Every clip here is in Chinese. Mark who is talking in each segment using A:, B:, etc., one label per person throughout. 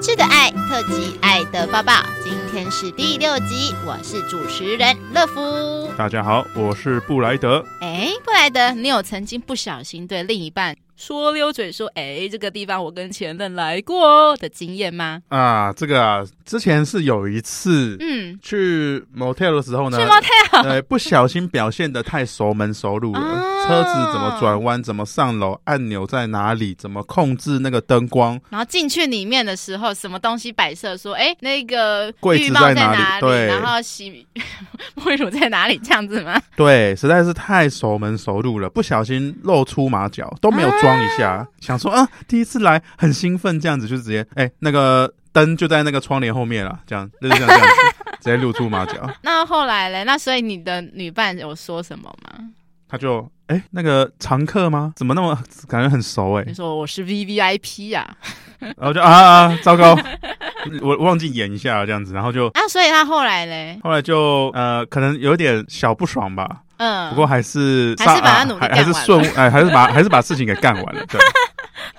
A: 吃的爱特辑《爱的抱抱》，今天是第六集，我是主持人乐福。
B: 大家好，我是布莱德。
A: 哎，布莱德，你有曾经不小心对另一半说溜嘴说“哎，这个地方我跟前任来过哦”的经验吗？
B: 啊，这个啊，之前是有一次，
A: 嗯，
B: 去 motel 的时候呢
A: 去，猫太
B: 呃，不小心表现的太熟门熟路了，
A: 啊
B: 车子怎么转弯，怎么上楼，按钮在哪里，怎么控制那个灯光，
A: 然后进去里面的时候，什么东西摆设说，哎，那个
B: 柜子
A: 浴帽在
B: 在哪里
A: 哪
B: 对
A: 然后洗 沐浴乳在哪里，这样子吗？
B: 对，实在是太熟门熟路了，不小心露出马脚都没有装一下，想说啊，第一次来很兴奋，这样子就直接，哎、那个灯就在那个窗帘后面了，这样就是这样这样子，直接露出马脚，
A: 那后来嘞，那所以你的女伴有说什么吗？
B: 他就哎、那个常客吗？怎么 那么感觉很熟哎、
A: 你说我是 V V I P 呀、
B: 然后就啊啊啊，糟糕，我我忘记演一下了这样子，然后就
A: 啊，所以他后来嘞，
B: 后来就呃，可能有点小不爽吧，
A: 嗯，
B: 不过还是
A: 还是把它
B: 啊
A: 努力
B: 还
A: 干
B: 还是
A: 完
B: 顺哎，还是把还是把事情给干完了，对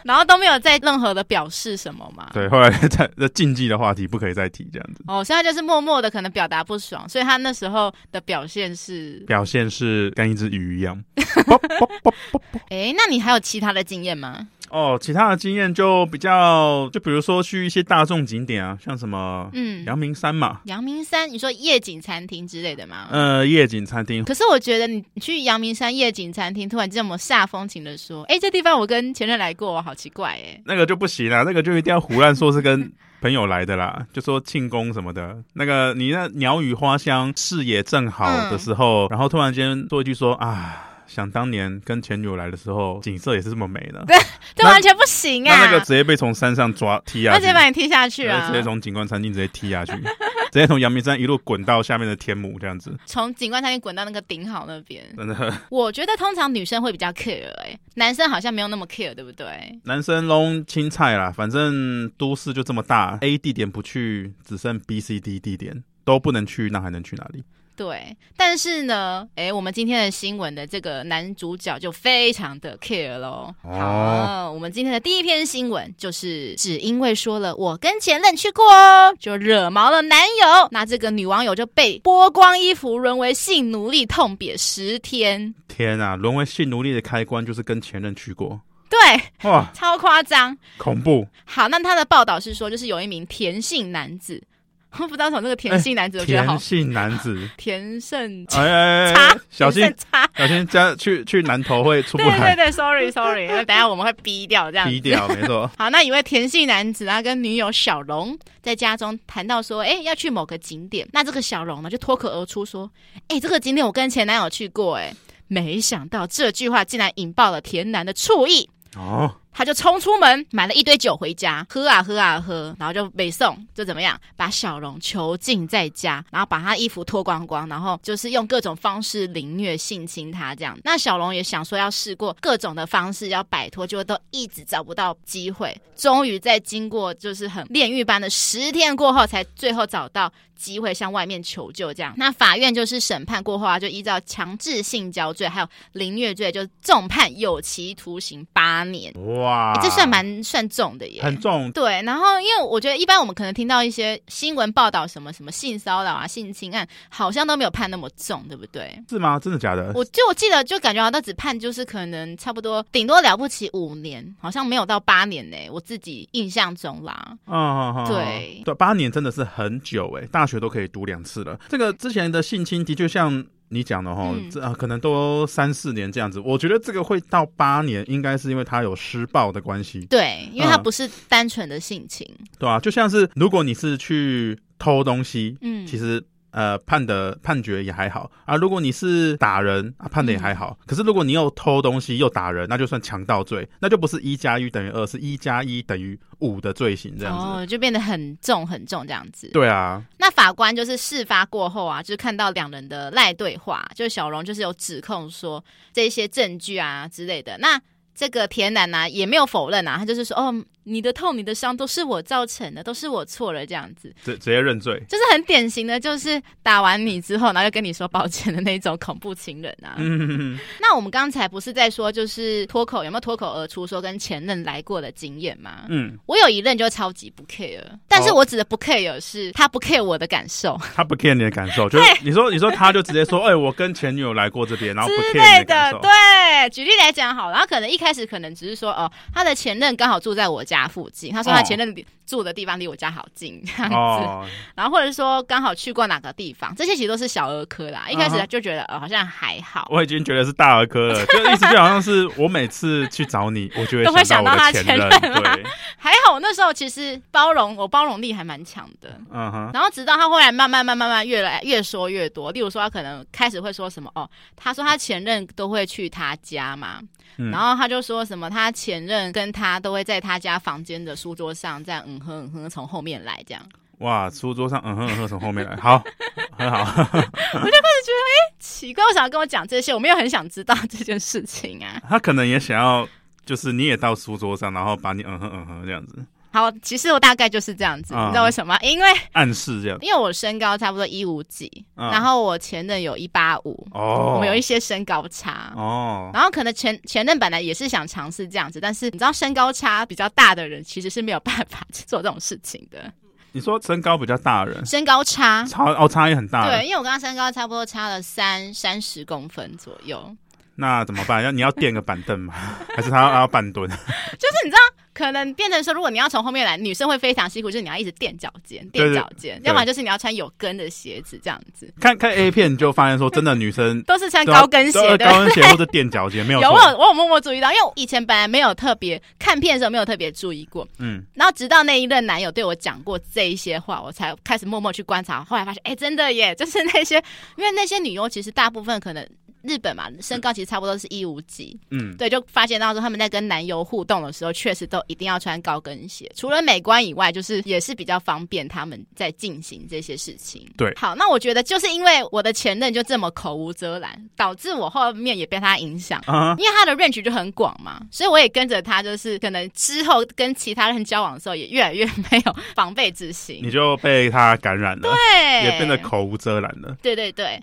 A: 然后都没有再任何的表示什么嘛。
B: 对。后来在在禁忌的话题不可以再提这样子，
A: 哦，所以他就是默默的可能表达不爽，所以他那时候的表现是，
B: 表现是跟一只鱼一样。啵啵啵啵啵
A: 哎，那你还有其他的经验吗？
B: 哦，其他的经验就比较，就比如说去一些大众景点啊，像什么
A: 嗯，
B: 阳明山嘛，
A: 阳明山，你说夜景餐厅之类的吗？
B: 呃，夜景餐厅。
A: 可是我觉得你去阳明山夜景餐厅，突然这么煞风景的说：“哎、这地方我跟前任来过，好奇怪哎、
B: 那个就不行啊啦，那个就一定要胡乱说是跟朋友来的
A: 嗯
B: 啦，就说庆功什么的。那个你那鸟语花香、视野正好的时
A: 嗯
B: 候，然后突然间说一句说啊。想当年跟前女友来的时候，景色也是这么美的。
A: 这
B: 那
A: 完全不行啊！
B: 那那个直接被从山上抓踢下
A: 他
B: 去，
A: 直接把你踢下去
B: 对
A: 啊
B: 直！接从景观餐厅直接踢下去， 直接从阳明山一路滚到下面的天母这样子，
A: 从景观餐厅滚到那个顶好那边。
B: 真的。
A: 我觉得通常女生会比较 care 哎、男生好像没有那么 care，对不对？
B: 男生弄青菜啦，反正都市就这么大，A 地点不去，只剩 B、C、D 地点都不能去，那还能去哪里？
A: 对，但是呢，哎、我们今天的新闻的这个男主角就非常的 care 喽。
B: 哦
A: 好，我们今天的第一篇新闻就是只因为说了我跟前任去过哦，就惹毛了男友，那这个女网友就被剥光衣服，沦为性奴隶，痛扁十天。
B: 天啊，沦为性奴隶的开关就是跟前任去 过，
A: 对，
B: 哇，
A: 超夸张。
B: 恐怖！
A: 好，那他的报道是说，就是有一名田姓男子， 我不知道从这个田姓男子，我觉得好，
B: 甜性男子
A: 田胜
B: 哎哎哎
A: 差
B: 哎，小心
A: 田胜差。
B: 小心加去去南头会出不
A: 对对
B: 来，
A: 对，sorry sorry，那等一下我们会逼掉这样
B: 低
A: 子。
B: 调没 错。
A: 好，那一位田姓男子啊，跟女友小龙在家中谈到说，哎、要去某个景点。那这个小龙呢，就脱口而出说，哎、这个景点我跟前男友去过、哎，没想到这句话竟然引爆了田男的醋意，
B: 哦，
A: 他就冲出门买了一堆酒回家，喝啊喝啊喝，然后就北送，就怎么样，把小龙囚禁在家，然后把他衣服脱光光，然后就是用各种方式凌虐性侵他这样。那小龙也想说要试过各种的方式要摆脱，就都一直找不到机会，终于在经过就是很炼狱般的十天过后，才最后找到机会向外面求救这样。那法院就是审判过后啊，就依照强制性交罪还有凌虐罪，就重判有期徒刑八年。
B: 哇
A: 欸，这算蛮算重的耶。
B: 啊很重，
A: 对，然后因为我觉得一般我们可能听到一些新闻报道什么什么性骚扰啊、性侵案，好像都没有判那么重，对不对？
B: 是吗？真的假的？
A: 我就我记得就感觉好像只判就是可能差不多顶多了不起五年，好像没有到八年呢、我自己印象中啦，
B: 啊啊啊啊
A: 对
B: 对，八年真的是很久哎，大学都可以读两次了。这个之前的性侵的确像。你讲的哈
A: 嗯，
B: 这、啊可能都三四年这样子，我觉得这个会到八年，应该是因为他有施暴的关系。
A: 对，因为它
B: 嗯
A: 不是单纯的性侵，
B: 对啊，就像是如果你是去偷东西，
A: 嗯，
B: 其实呃判的判决也还好啊。如果你是打人啊，判的也还好。
A: 嗯
B: 可是如果你又偷东西又打人，那就算强盗罪，那就不是一加一等于二，是一加一等于五的罪行这样子。
A: 哦，就变得很重很重这样子。
B: 对啊，
A: 那法官就是事发过后啊，就是看到两人的赖对话，就小荣就是有指控说这些证据啊之类的。那这个田男呢、也没有否认啊，他就是说哦，你的痛、你的伤都是我造成的，都是我错了，这样子
B: 直直接认罪。
A: 就是很典型的，就是打完你之后，然后就跟你说抱歉的那种恐怖情人啊。
B: 嗯，
A: 那我们刚才不是在说，就是脱口有没有脱口而出说跟前任来过的经验吗？
B: 嗯，
A: 我有一任就超级不 care，但是我指的不 care 是他不 care 我的感受
B: 他不 care 你的感 受，就是你说你说他就直接说，哎，我跟前女友来过这边，然哦后不
A: 之
B: care
A: 类
B: 你感受。
A: 对，举例来讲好了，然后可能一开始可能只是说，哦，他的前任刚好住在我家附近，他说他
B: 哦
A: 前任离住的地方离我家好近这样子，
B: 哦，
A: 然后或者说刚好去过哪个地方，这些其实都是小儿科啦。一
B: 嗯
A: 开始就觉得、呃好像还好，
B: 我已经觉得是大儿科了，就意思就好像是我每次去找你，我就
A: 都会
B: 会
A: 想
B: 到
A: 到
B: 我
A: 他
B: 的
A: 前
B: 前任。
A: 任啊吗
B: 对，
A: 还好我那时候其实包容我包容力还蛮强的。
B: 嗯哼，
A: 然后直到他后来慢慢慢慢慢越来越说越多，例如说他可能开始会说什么哦，他说他前任都会去他家嘛，
B: 嗯
A: 然后他就说什么他前任跟他都会在他家房间的书桌上这样嗯哼嗯哼从后面来这样，
B: 哇，书桌上嗯哼嗯哼从后面来，好，很好，
A: 奇怪，为什么要跟我讲这些？我没有很想知道这件事情 啊。
B: 他可能也想要。就是你也到书桌上，然后把你嗯哼嗯哼这样子
A: 好，其实我大概就是这样子，
B: 啊
A: 你知道为什么吗？因为
B: 暗示这样
A: 因为我身高差不多一五几，
B: 啊
A: 然后我前任有一八五，
B: 哦，
A: 我们有一些身高差。
B: 哦，
A: 然后可能前前任本来也是想尝试这样子，但是你知道身高差比较大的人其实是没有办法去做这种事情的。
B: 你说 身高比较大的人，
A: 身高差，
B: 差哦差异很大，
A: 对，，因为我跟他身高差不多差了三三十公分左右，
B: 那怎么办？要你要垫个板凳吗？还是他要他要半蹲？
A: 就是你知道，可能变成说，如果你要从后面来，女生会非常辛苦，就是你要一直垫脚尖，
B: 对
A: 垫
B: 对
A: 脚尖，要么就是你要穿有跟的鞋子这样子，
B: 看看 A 片你就发现说，真的女生
A: 都是穿
B: 都要
A: 高跟
B: 都
A: 鞋
B: 要
A: 的。
B: 高跟啊鞋或者垫脚尖，没有
A: 有啊
B: 错
A: 我有我有默默注意到，因为我以前本来没有特别看片的时候没有特别注意过，
B: 嗯，
A: 然后直到那一任男友对我讲过这一些话，我才开始默默去观察。后来发现，哎，真的耶， 就是那些，因为那些女优其实大部分可能日本嘛，身高其实差不多是一五几，
B: 嗯，
A: 对，就发现到说他们在跟男优互动的时候，确实都一定要穿高跟鞋，除了美观以外，就是也是比较方便他们在进行这些事情。
B: 对
A: 好，那我觉得就是因为我的前任就这么口无遮拦，导致我后面也被他影响。
B: 啊
A: 因为他的 range 就很广嘛，所以我也跟着他，就是可能之后跟其他人交往的时候，也越来越没有防备之
B: 你
A: 心，
B: 就被他感染了，
A: 对，
B: 也变得嗯口无遮拦了。
A: 对对对，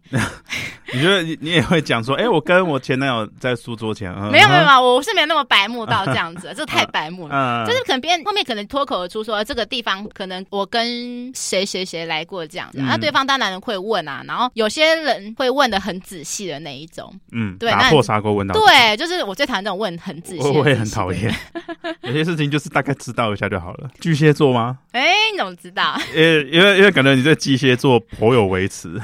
B: 你觉得你你也会 讲说，哎，我跟我前男友在书桌前，嗯
A: 没有没有，没有，我是没有那么白目到这样子，这太白目了。
B: 嗯，
A: 就是可能别人后面可能脱口而出说这个地方可能我跟谁谁谁来过这样子，
B: 嗯
A: 那对方当然会问啊，然后有些人会问的很仔细的那一种，
B: 嗯，
A: 对那
B: 打破砂锅问到底，
A: 对，就是我最讨厌这种问很仔细
B: 我我也很
A: 仔细的
B: 讨厌。。有些事情就是大概知道一下就好了。巨蟹座吗？
A: 哎，你怎么知道？
B: 因为因为因为感觉你对巨蟹座颇有微词，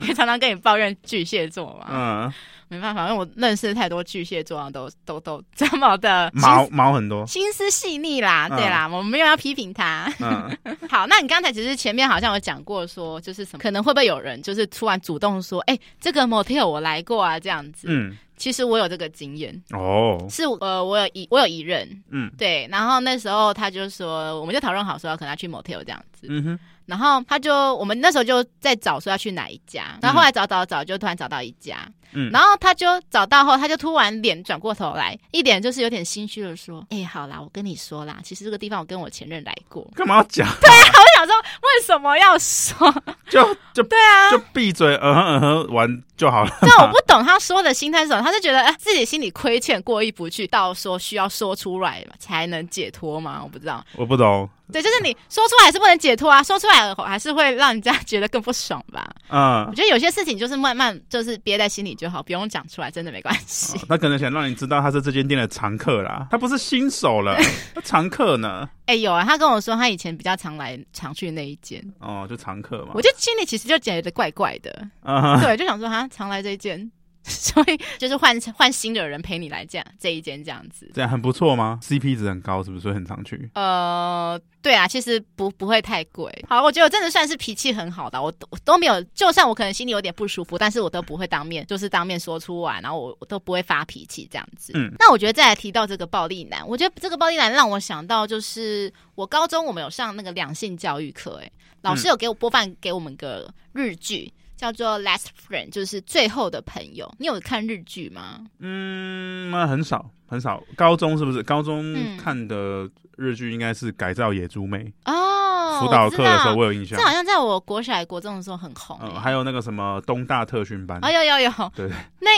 A: 因为常常跟你抱怨巨蟹座嘛。
B: 嗯，
A: 没办法，因为我认识太多巨蟹座啊，都都都这么的
B: 嗯毛毛很多，
A: 心思心思细腻啦，
B: 嗯
A: 对啦，我们没有要批评他。
B: 嗯。
A: 好，那你刚才其实前面好像有讲过说，就是什么可能会不会有人就是突然主动说，哎、这个 motel 我来过啊，这样子。
B: 嗯，
A: 其实我有这个经验，
B: 哦，
A: 是呃，我有一我有一任，
B: 嗯
A: 对，然后那时候他就说，我们就讨论好说，可能要去 motel 这样子，
B: 嗯哼，
A: 然后他就我们那时候就在找说要去哪一家，然后后来找找找就突然找到一家，
B: 嗯
A: 然后他就找到后，他就突然脸转过头来，一脸就是有点心虚的说：“哎、好啦，我跟你说啦，其实这个地方我跟我前任来 过。
B: 干嘛要讲？”
A: 我想说，为什么要 说？
B: 就就
A: 对啊，
B: 就闭嘴，嗯哼嗯哼，玩就好了。
A: 对，我不懂他说的心态是什么，他就觉得、哎，自己心里亏欠过意不去，到说需要说出来才能解脱吗？我不知道，
B: 我不懂，
A: 对，就是你说出来是不能解脱啊，说出来还是会让人家觉得更不爽吧。我
B: 嗯，
A: 觉得有些事情就是慢慢就是憋在心里就好，不用讲出来，真的没关系。
B: 他可能想让你知道他是这间店的常 客啦，他不是新手了，他常客呢。
A: 哎、有啊，他跟我说他以前比较常来常去那一间，
B: 哦，就常客嘛
A: 我。就心里其实就觉得怪怪的，
B: 嗯哼，
A: 对，就想说他常来这一间， 所以就是换换新的人陪你来这样这一间这样子。
B: 这样很不错吗？CP 值很高，是不是？所以很常去。
A: 呃，对啊，其实不不会太贵。好，我觉得我真的算是脾气很好的，啊我都我都没有，就算我可能心里有点不舒服，但是我都不会当面，就是当面说出啊来，然后我我都不会发脾气这样子。
B: 嗯，
A: 那我觉得再来提到这个暴力男，我觉得这个暴力男让我想到就是我高欸
B: 嗯
A: 中我们有上那个两性教育课，哎，老师有给我播放给我们个日剧。叫做《Last Friend》，就是最后的朋友。你有看日剧吗？
B: 嗯，那很少很少。高中是不是？高中
A: 嗯
B: 看的日剧应该是《改造野猪妹
A: 哦》，，
B: 辅导
A: 我知
B: 课的时候
A: 道，
B: 我有印象
A: 这。好像在我国小、国中的时候很红
B: 嗯，
A: 欸。
B: 还有那个什么东大特训班
A: 哦，，有有有，
B: 对对
A: 那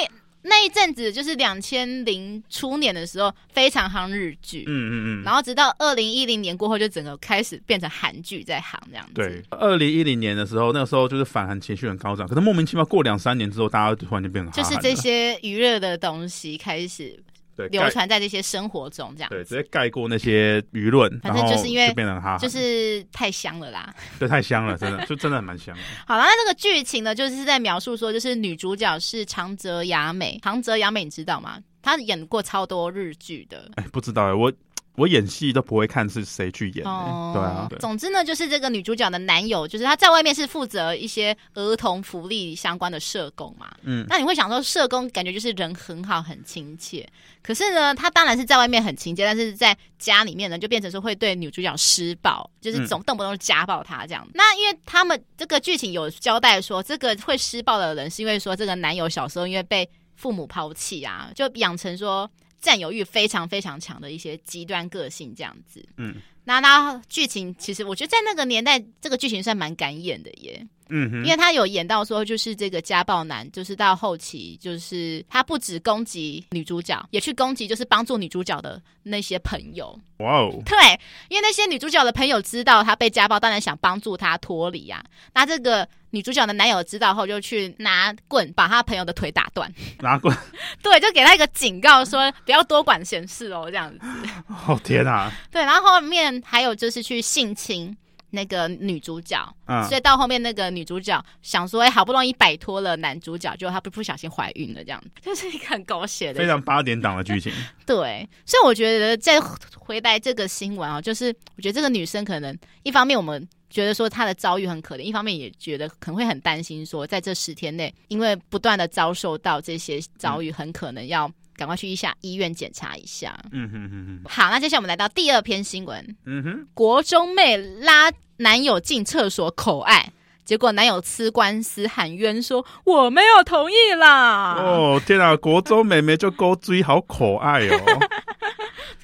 A: 那一阵子就是两千零初年的时候，非常夯日剧。
B: 嗯嗯嗯，
A: 然后直到二零一零年过后，就整个开始变成韩剧在行这样子。
B: 对。二零一零年的时候，那个时候就是反韩情绪很高涨，可是莫名其妙过两三年之后，大家突然就变成哈
A: 就是
B: 韩
A: 这
B: 了
A: 些娱乐的东西开始
B: 对
A: 流
B: 盖
A: 传在这些生活中，这样
B: 对，直接盖过那些舆论，
A: 反
B: 然
A: 正
B: 后
A: 就是因为
B: 变成哈韩，
A: 就是太香了啦。
B: 对，太香了，真的，就真的蛮香的。
A: 好啦，那这个剧情呢，就是在描述说，就是女主角是长泽雅美，长泽雅美你知道吗？她演过超多日剧的。
B: 哎，不知道哎，我我演戏都不会看是谁去演哎，对啊，对
A: 哦总之呢，就是这个女主角的男友，就是他在外面是负责一些儿童福利相关的社工嘛。
B: 嗯
A: 那你会想说，社工感觉就是人很好、很亲切，可是呢，他当然是在外面很亲切，但是在家里面呢，就变成说会对女主角施暴，就是
B: 嗯
A: 总动不动就家暴她这样。那因为他们这个剧情有交代说，这个会施暴的人是因为说这个男友小时候因为被父母抛弃啊，就养成说占有欲非常非常强的一些极端个性这样子。
B: 嗯
A: 那那剧情其实我觉得在那个年代，这个剧情算蛮敢演的耶，
B: 嗯
A: 因
B: 哼，
A: 为他有演到说，就是这个家暴男，就是到后期，就是他不止攻击女主角，也去攻击就是帮助女主角的那些朋友。
B: 哇哦，
A: 对，因为那些女主角的朋友知道她被家暴，当然想帮助她脱离啊。那这个女主角的男友知道后，就去拿棍把她朋友的腿打断，
B: 拿过，
A: 对，就给她一个警告说不要多管闲事哦，这样子。
B: 哦天啊，
A: 对，然后后面还有就是去性侵那个女主角，
B: 嗯
A: 所以到后面那个女主角想说，哎、好不容易摆脱了男主角，结果她不不小心怀孕了，这样 就是一个很狗血
B: 非
A: 的。
B: 常八点档的剧情，
A: 对，所以我觉得再回来这个新闻啊，就是我觉得这个女生可能一方面我们。觉得说她的遭遇很可怜，一方面也觉得可能会很担心，说在这十天内，因为不断的遭受到这些遭遇，很可能要赶快去一下医院检查一下。
B: 嗯哼哼哼，
A: 好，那接下来我们来到第二篇新闻，
B: 嗯哼，
A: 国中妹拉男友进厕所口爱，结果男友吃官司喊冤说我没有同意啦。
B: 哦天啊，国中妹妹就勾追，好可爱哦，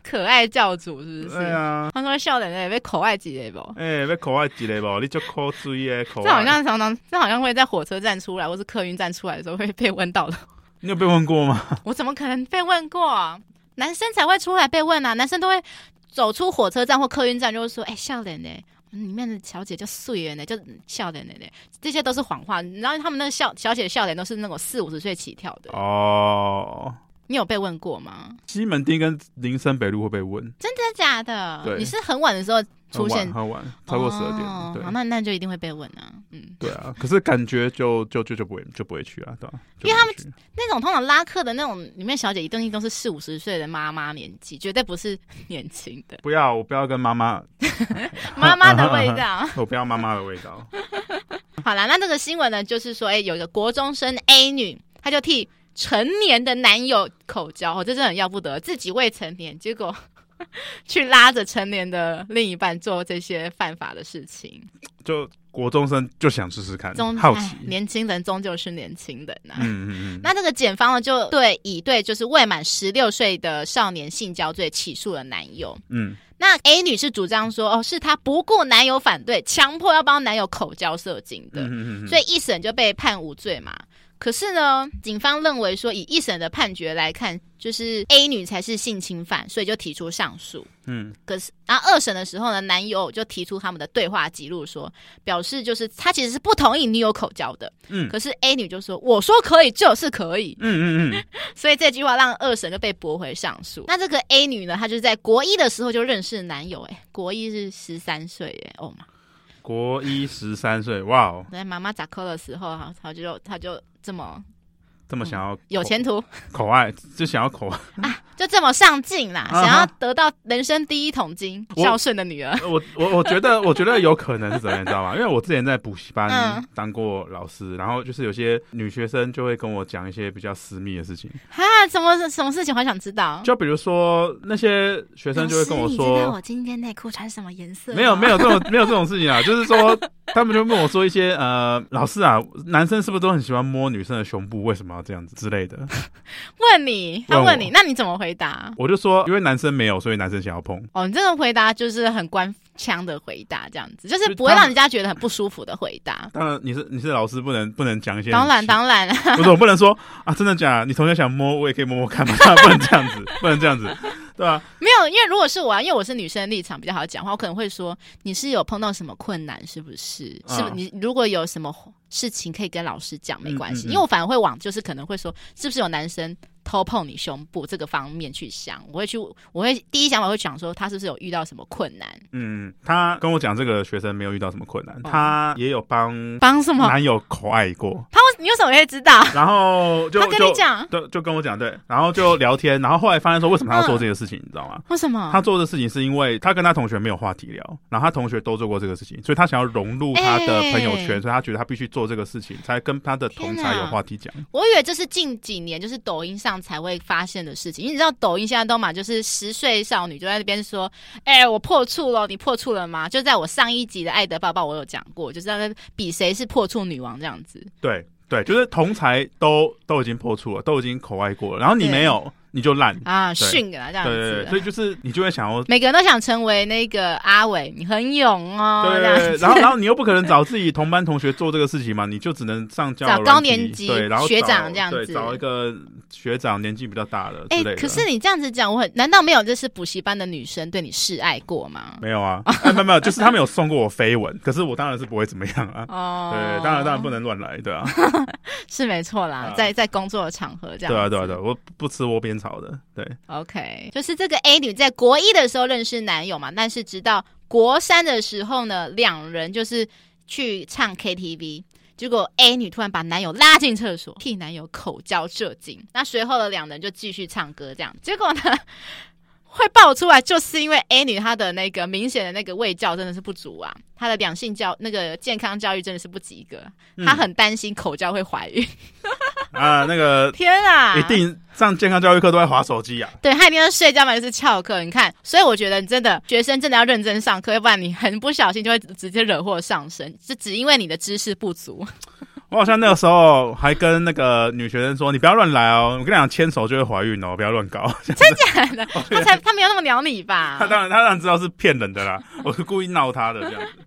A: 可爱教主 是不是？
B: 对啊，
A: 他说笑脸也被口爱挤了不？
B: 哎，要可爱一个不？你就勾追耶，可
A: 这好
B: 爱。
A: 像常常，这好像会在火车站出来或是客运站出来的时候会被问到的。
B: 你有被问过吗？
A: 我怎么可能被问过、男生才会出来被问啊，男生都会走出火车站或客运站就会说：“哎、笑脸呢？嗯里面的小姐就碎了呢，就笑脸呢嘞。”这些都是谎话。你知道他们那个笑小姐的笑脸都是那种四五十岁起跳的。
B: 哦，
A: 你有被问过吗？
B: 西门町跟林森北路会被问，
A: 真的假的
B: 对？
A: 你是很晚的时候
B: 很
A: 出现
B: 晚，，很晚，超过十二
A: 哦
B: 点，
A: 好
B: 对。
A: 那那就一定会被问啊。嗯，
B: 对啊，可是感觉就就就就不会就不会去啊，对吧、就不会
A: 因为他们
B: 去
A: 那种通常拉客的那种里面小姐，一定都是四五十岁的妈妈年纪，绝对不是年轻 的
B: 不要，我不要跟妈妈，
A: 妈妈的味道。
B: 我不要妈妈的味道。
A: 好啦，那这个新闻呢，就是说，哎、有一个国中生 A 女，她就替成年的男友口交，哦，这真的很要不得，自己未成年，结果 去拉着成年的另一半做这些犯法的事情。
B: 就国中生就想试试看
A: 终，
B: 好
A: 哎
B: 奇。
A: 年轻人终究是年轻人呐、
B: 嗯嗯嗯，
A: 那这个检方呢，就对乙对就是未满十六岁的少年性交罪起诉了男友。
B: 嗯，
A: 那 A 女是主张说，哦，是她不顾男友反对，强迫要帮男友口交射精的。
B: 嗯嗯嗯，
A: 所
B: 以
A: 以一审就被判无罪嘛。可是呢，警方认为说，以一审的判决来看，就是 A 女才是性侵犯，所以就提出上诉。
B: 嗯
A: 可是，然后二审的时候呢，男友就提出他们的对话记录说，表示就是他其实是不同意女友口交的。
B: 嗯
A: 可是 A 女就说：“我说可以就是可以。
B: 嗯嗯嗯，”
A: 所以这句话让二审就被驳回上诉。那这个 A 女呢，她就是在国一的时候就认识男友、哎，国一是十三岁、哎，哦妈。
B: 国一十三岁，哇哦，
A: 在妈妈扎扣的时候，哈，他就他就这么
B: 这么想要
A: 嗯有前途，
B: 口爱，就想要口爱。
A: 就这么上进啦，
B: 啊哈
A: 想要得到人生第一桶金，
B: 我
A: 孝顺的女儿。
B: 我我我觉得，我觉得有可能是怎么样，你知道吗？因为我之前在补习班
A: 嗯
B: 当过老师，然后就是有些女学生就会跟我讲一些比较私密的事情，
A: 哈，什么什么事情？我还想知道。
B: 就比如说那些学生就会跟我说，
A: 哦今天内裤穿什么颜色
B: 没有没有这种没有这种事情啊，就是说他们就问我说一些呃，老师啊，男生是不是都很喜欢摸女生的胸部，为什么要这样子之类的？
A: 问你，他
B: 问
A: 问
B: 我
A: 你，那你怎么回答？
B: 我就说，因为男生没有，所以男生想要碰。
A: 哦，你这个回答就是很官腔的回答，这样子就是
B: 就
A: 不会
B: 他
A: 让人家觉得很不舒服的回答。
B: 当然，你是你是老师，不能不能讲一些很
A: 当然
B: 奇
A: 当然，
B: 不是，我不能说啊，真的假的？你同学想摸，我也可以摸摸看嘛， 不能这样子，不能这样子，对吧、
A: 没有，因为如果是我、啊，因为我是女生立场比较好讲话，我可能会说你是有碰到什么困难，是不是？
B: 嗯
A: 是不你如果有什么事情可以跟老师讲，没关系，
B: 嗯嗯嗯
A: 因为我反而会往就是可能会说是不是有男生偷碰你胸部这个方面去想，我会去，我会第一想法会想说他是不是有遇到什么困难，
B: 嗯，他跟我讲，这个学生没有遇到什么困难，他也有帮
A: 帮哦什么？
B: 男友口爱过，
A: 他为你为什么会知 道？
B: 然后就
A: 他跟你
B: 就
A: 讲
B: 对，就跟我讲对，然后就聊天，然后后来发现说，为什么他要做这个事情，你知道吗？
A: 为什么？
B: 他做的事情是因为他跟他同学没有话题聊，然后他同学都做过这个事情，所以他想要融入他的朋友圈，
A: 哎
B: 所以他觉得他必须做这个事情，才跟他的同
A: 天
B: 才
A: 哪
B: 有话题讲。
A: 我以为这是近几年就是抖音上才会发现的事情，因为你知道抖音现在都嘛，就是十岁少女就在那边说：“哎、我破处了，你破处了吗？”就在我上一集的《爱德抱抱》我有讲过，就是在那边比谁是破处女王这样子。
B: 对对，就是同才都都已经破处了，都已经口外过了，然后你
A: 对
B: 没有，你就烂。
A: 啊，
B: 对
A: 训给他这
B: 对
A: 样
B: 对
A: 子
B: 对，所以就是你就会想要。
A: 每个人都想成为那个阿伟，你很勇哦，
B: 对
A: 这
B: 对对，
A: 样子。
B: 然后然后你又不可能找自己同班同学做这个事情嘛，你就只能上交友
A: 找
B: 软
A: 高
B: 体
A: 年级
B: 对，然后
A: 学
B: 找
A: 长这样
B: 对
A: 子
B: 找一个学长年纪比较大的之
A: 哎、
B: 类的。
A: 可是你这样子讲，我很难道没有就是补习班的女生对你示爱过吗？
B: 没有啊，哎没有没有，就是他们有送过我绯闻， 可是我当然是不会怎么样啊。
A: 哦，
B: 对，当然当然不能乱来，对啊，
A: 是没错啦，
B: 啊
A: 在在工作的场合这样
B: 对啊对啊
A: 子
B: 对啊，我不吃窝边草的，对
A: OK，就是这个 A 女在国一的时候认识男友嘛，但是直到国三的时候呢，两人就是去唱 KTV。结果 A 女突然把男友拉进厕所，替男友口交射精。那随后的两人就继续唱歌，这样。结果呢，会爆出来，就是因为 A 女她的那个明显的那个卫教真的是不足啊，她的两性教那个健康教育真的是不及格。
B: 嗯
A: 她很担心口交会怀孕。
B: 啊，那个
A: 天 啊！
B: 一定上健康教育课都在划手机啊，
A: 对他一定要睡觉嘛，就是翘课。你看，所以我觉得你真的学生真的要认真上课，要不然你很不小心就会直接惹祸上身，就只因为你的知识不足。
B: 我好像那个时候还跟那个女学生说：“你不要乱来哦，我跟你讲，牵手就会怀孕哦，不要乱搞。
A: 他才他没有那么鸟你” 吧
B: 她？当然，她当然知道是骗人的啦， 我是故意闹她的这样子。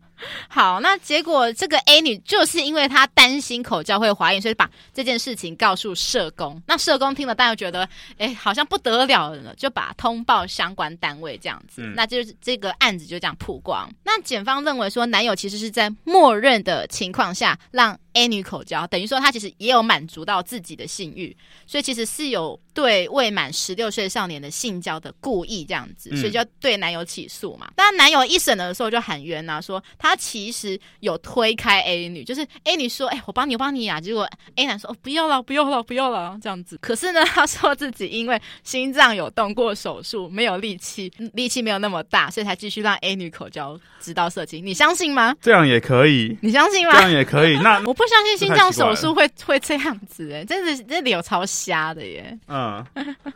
A: 好，那结果这个 A 女就是因为她担心口交会怀孕，所以把这件事情告诉社工。那社工听了，当然觉得，哎，好像不得了了，就把通报相关单位这样子。
B: 嗯
A: 那就是这个案子就这样曝光。那检方认为说，男友其实是在默认的情况下让 A 女口交，等于说他其实也有满足到自己的性欲，所以其实是有对未满十六岁少年的性交的故意这样子，
B: 嗯
A: 所以就要对男友起诉嘛。但男友一审的时候就喊冤啊，说他其实有推开 A 女，就是 A 女说：“哎、我帮你，我帮你啊。”结果 A 男说：“哦，不要了，不要了，不要了。”这样子。可是呢， 他说自己因为心脏有动过手术，没有力气，嗯力气没有那么大，所以才继续让 A 女口交直到射精。你相信吗？
B: 这样也可以，
A: 你相信吗
B: 这？样也可以。 那
A: 我不相信心脏手术会会这样子、哎，真的是这里有超瞎的耶！
B: 嗯，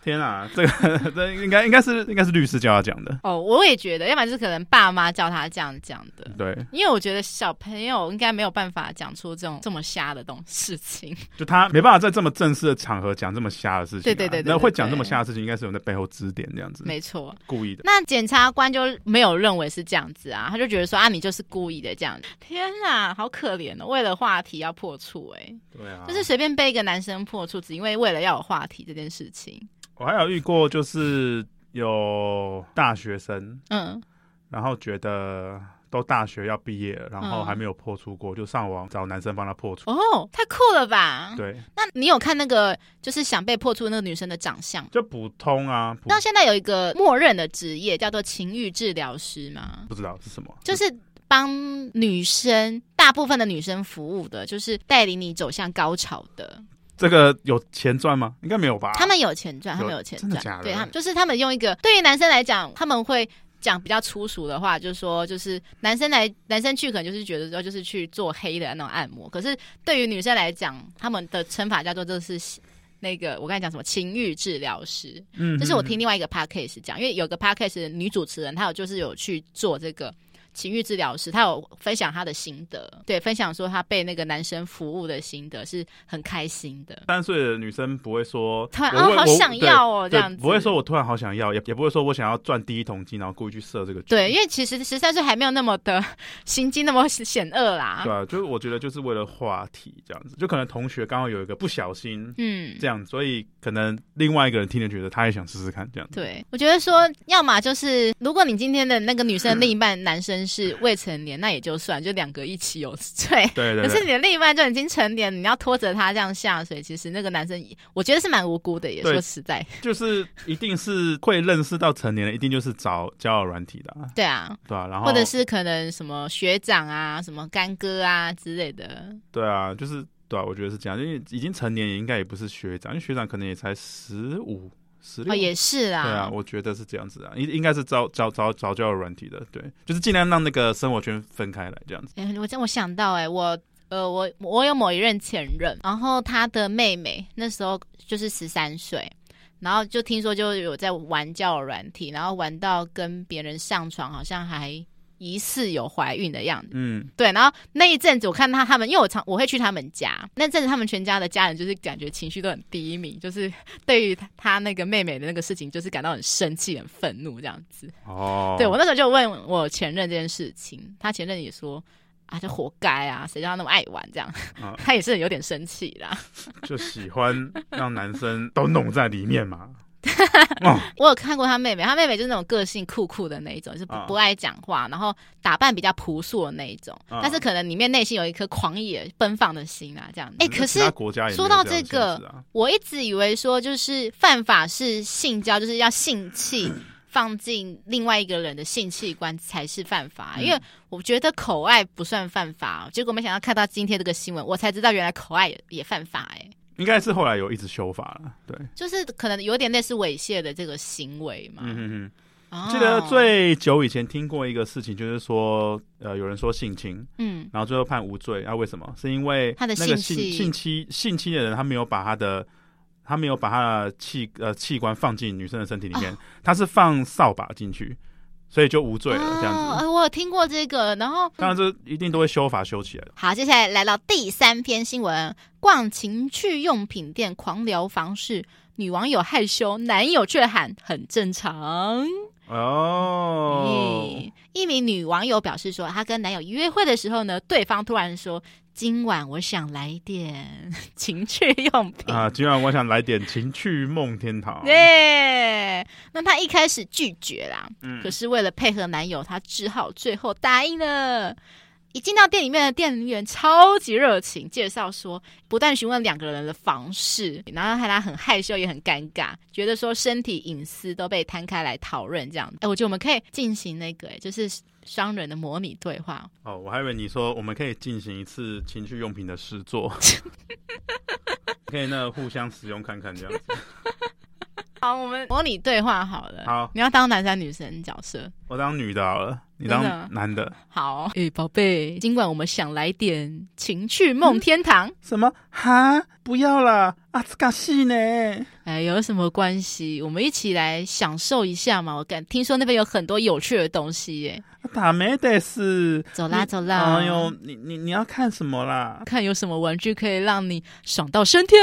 B: 天啊，这个 这应该应该是应该是律师教他讲的。
A: 哦，我也觉得，要不然就是可能爸妈叫他这样讲的，
B: 对，
A: 因为我觉得小朋友应该没有办法讲出这种这么瞎的东事情。
B: 就他没办法在这么正式的场合讲这么瞎的事情啊、
A: 对对对对对
B: 那会
A: 对
B: 讲这么瞎的事情，应该是有人在背后指点这样子，
A: 没错，
B: 故意的。
A: 那检察官就没有认为是这样子啊，他就觉得说啊，你就是故意的这样。天啊，好可怜哦，为了话题要破处、哎、
B: 对啊，
A: 就是随便被一个男生破处，只因为为了要有话题这件事情。
B: 我还有遇过，就是有大学生，
A: 嗯，
B: 然后觉得都大学要毕业了，然后
A: 嗯
B: 还没有破处过，就上网找男生帮他破处。
A: 哦，太酷了吧？
B: 对，
A: 那你有看那个就是想被破处的那个女生的长相吗？
B: 就普通啊，普
A: 那现在有一个默认的职业叫做情欲治疗师嘛，
B: 不知道是什么，
A: 就是帮女生大部分的女生服务的，就是带领你走向高潮的。
B: 这个有钱赚吗？应该没有吧？
A: 他们有钱赚，他们
B: 啊有
A: 有钱
B: 真的假
A: 赚，
B: 的
A: 对他们就是他们用一个对于男生来讲，他们会。讲比较粗俗的话，就是说，就是男生来男生去可能就是觉得说就是去做黑的那种按摩，可是对于女生来讲，他们的称法叫做这是那个我刚才讲什么情欲治疗师，
B: 嗯
A: 这是我听另外一个 podcast 讲，因为有个 podcast 的女主持人，她有就是有去做这个情欲治疗师，她有分享她的心得，对，分享说她被那个男生服务的心得是很开心的。
B: 三岁的女生不会说，
A: 突然
B: 我
A: 啊，
B: 为
A: 好
B: 我
A: 想
B: 对
A: 要哦，这
B: 对
A: 样子
B: 不会说我突然好想要，也也不会说我想要赚第一桶金，然后故意去设这个局。
A: 对，因为其实十三岁还没有那么的心机那么险恶啦
B: 对。啊，就是我觉得就是为了话题这样子，就可能同学刚好有一个不小心
A: 嗯，
B: 这样，所以可能另外一个人听了觉得他也想试试看这样。
A: 对，我觉得说，要么就是，如果你今天的那个女生另一半男生是未成年，那也就算，就两个一起有 罪。
B: 对对
A: 可是
B: 对，
A: 你的另一半就已经成年，你要拖着他这样下水，其实那个男生也我觉得是蛮无辜的耶。
B: 对
A: 说实在，
B: 就是一定是会认识到成年人，一定就是找交友软体的、啊，
A: 对啊，
B: 对啊，然后
A: 或者是可能什么学长啊、什么干哥啊之类的。
B: 对啊，就是对啊，我觉得是这样，因为已经成年也应该也不是学长，因为学长可能也才十五、十六，
A: 哦，也是啦，
B: 对啊，我觉得是这样子啊，应应该是找找找找交友软体的，对，就是尽量让那个生活圈分开来这样子。
A: 哎、我真我想到哎、我呃，我我有某一任前任，然后他的妹妹那时候就是十三岁，然后就听说就有在玩交友软体，然后玩到跟别人上床，好像还疑似有怀孕的样子。
B: 嗯，
A: 对，然后那一阵子我看他他们，因为我常我会去他们家，那阵子他们全家的家人就是感觉情绪都很低迷，就是 对于他他那个妹妹的那个事情，就是感到很生气、很愤怒这样子。
B: 哦，
A: 对我那时候就问我前任这件事情，他前任也说。啊，就活该啊！谁叫他那么爱玩这样？
B: 啊
A: 他也是有点生气啦。
B: 就喜欢让男生都弄在里面嘛。哦，
A: 我有看过他妹妹，他妹妹就是那种个性酷酷的那一种，就是不、
B: 啊
A: 不爱讲话，然后打扮比较朴素的那一种，
B: 啊
A: 但是可能里面内心有一颗狂野奔放的心啊，这样子。 哎、可是
B: 嗯其他国家也没有
A: 说到
B: 这样
A: 这个
B: 的限制啊
A: 我一直以为说，就是犯法是性交，就是要性 器放进另外一个人的性器官才是犯法，
B: 嗯
A: 因为我觉得口爱不算犯法。结果没想到看到今天这个新闻，我才知道原来口爱也也犯法、欸，
B: 应该是后来有一直修法了。对，
A: 就是可能有点类似猥亵的这个行为嘛。
B: 嗯嗯
A: 哦
B: 嗯，记得最久以前听过一个事情，就是说，呃，有人说性侵，
A: 嗯
B: 然后最后判无罪啊？为什么？是因为
A: 他的
B: 那个
A: 性器
B: 性性侵性侵的人，他没有把他的他没有把他的器呃器官放进女生的身体里面，
A: 啊
B: 他是放扫把进去，所以就无罪了。这样
A: 哦
B: 子，
A: 哎我有听过这个，然后
B: 当然这一定都会修法修起来的。
A: 好，接下来来到第三篇新闻：逛情趣用品店狂聊房事，女网友害羞，男友却喊很正常。
B: 哦，
A: 咦一名女网友表示说，她跟男友约会的时候呢，对方突然说：“今晚我想来点情趣用品。
B: 啊，今晚我想来点情趣梦天堂。
A: 对，那她一开始拒绝啦，
B: 嗯
A: 可是为了配合男友，她只好最后答应了。一进到店里面的店员超级热情，介绍说不但询问两个人的房事，然后害他很害羞也很尴尬，觉得说身体隐私都被摊开来讨论这样。哎，我觉得我们可以进行那个，哎就是双人的模拟对话，
B: 哦，我还以为你说我们可以进行一次情趣用品的试 做，可以那互相使用看看这样子。
A: 好，我们模拟对话好了。
B: 好，
A: 你要当男生女生角色。
B: 我当女的好了，你
A: 真的啊
B: 当男的。
A: 好，诶、宝贝，今晚我们想来点情趣梦天堂。
B: 什么？哈？不要啦！啊，这个戏呢？
A: 哎，有什么关系？我们一起来享受一下嘛！我感听说那边有很多有趣的东西耶，
B: 啊打没得是。
A: 走啦
B: 你
A: 走啦！
B: 哎呦，，你你你要看什么啦？
A: 看有什么玩具可以让你爽到升天。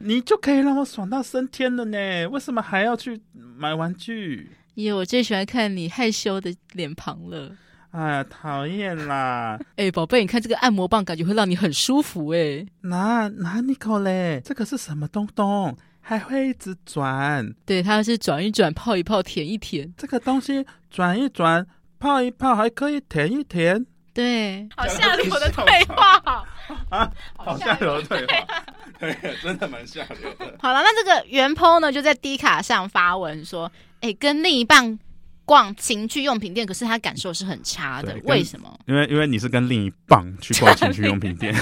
B: 你就可以让我爽到升天了呢，为什么还要去买玩具？
A: 耶，我最喜欢看你害羞的脸庞了。
B: 哎呀，讨厌啦！
A: 哎，宝贝，你看这个按摩棒，感觉会让你很舒服哎。
B: 拿拿你口嘞，这个是什么东东？还会一直转，
A: 对，它是转一转，泡一泡，舔一舔。
B: 这个东西转一转，泡一泡，还可以舔一舔。
A: 对，好
B: 下流的
A: 对
B: 对
A: 话。
B: 好下流的对话， 对，真的蛮下流的。
A: 好了，那这个原 PO 呢，就在 D 卡上发文说，哎、跟另一半逛情趣用品店，可是他感受是很差的
B: 对，跟
A: 为什么？
B: 因为因为你是跟另一半去逛情趣用品店，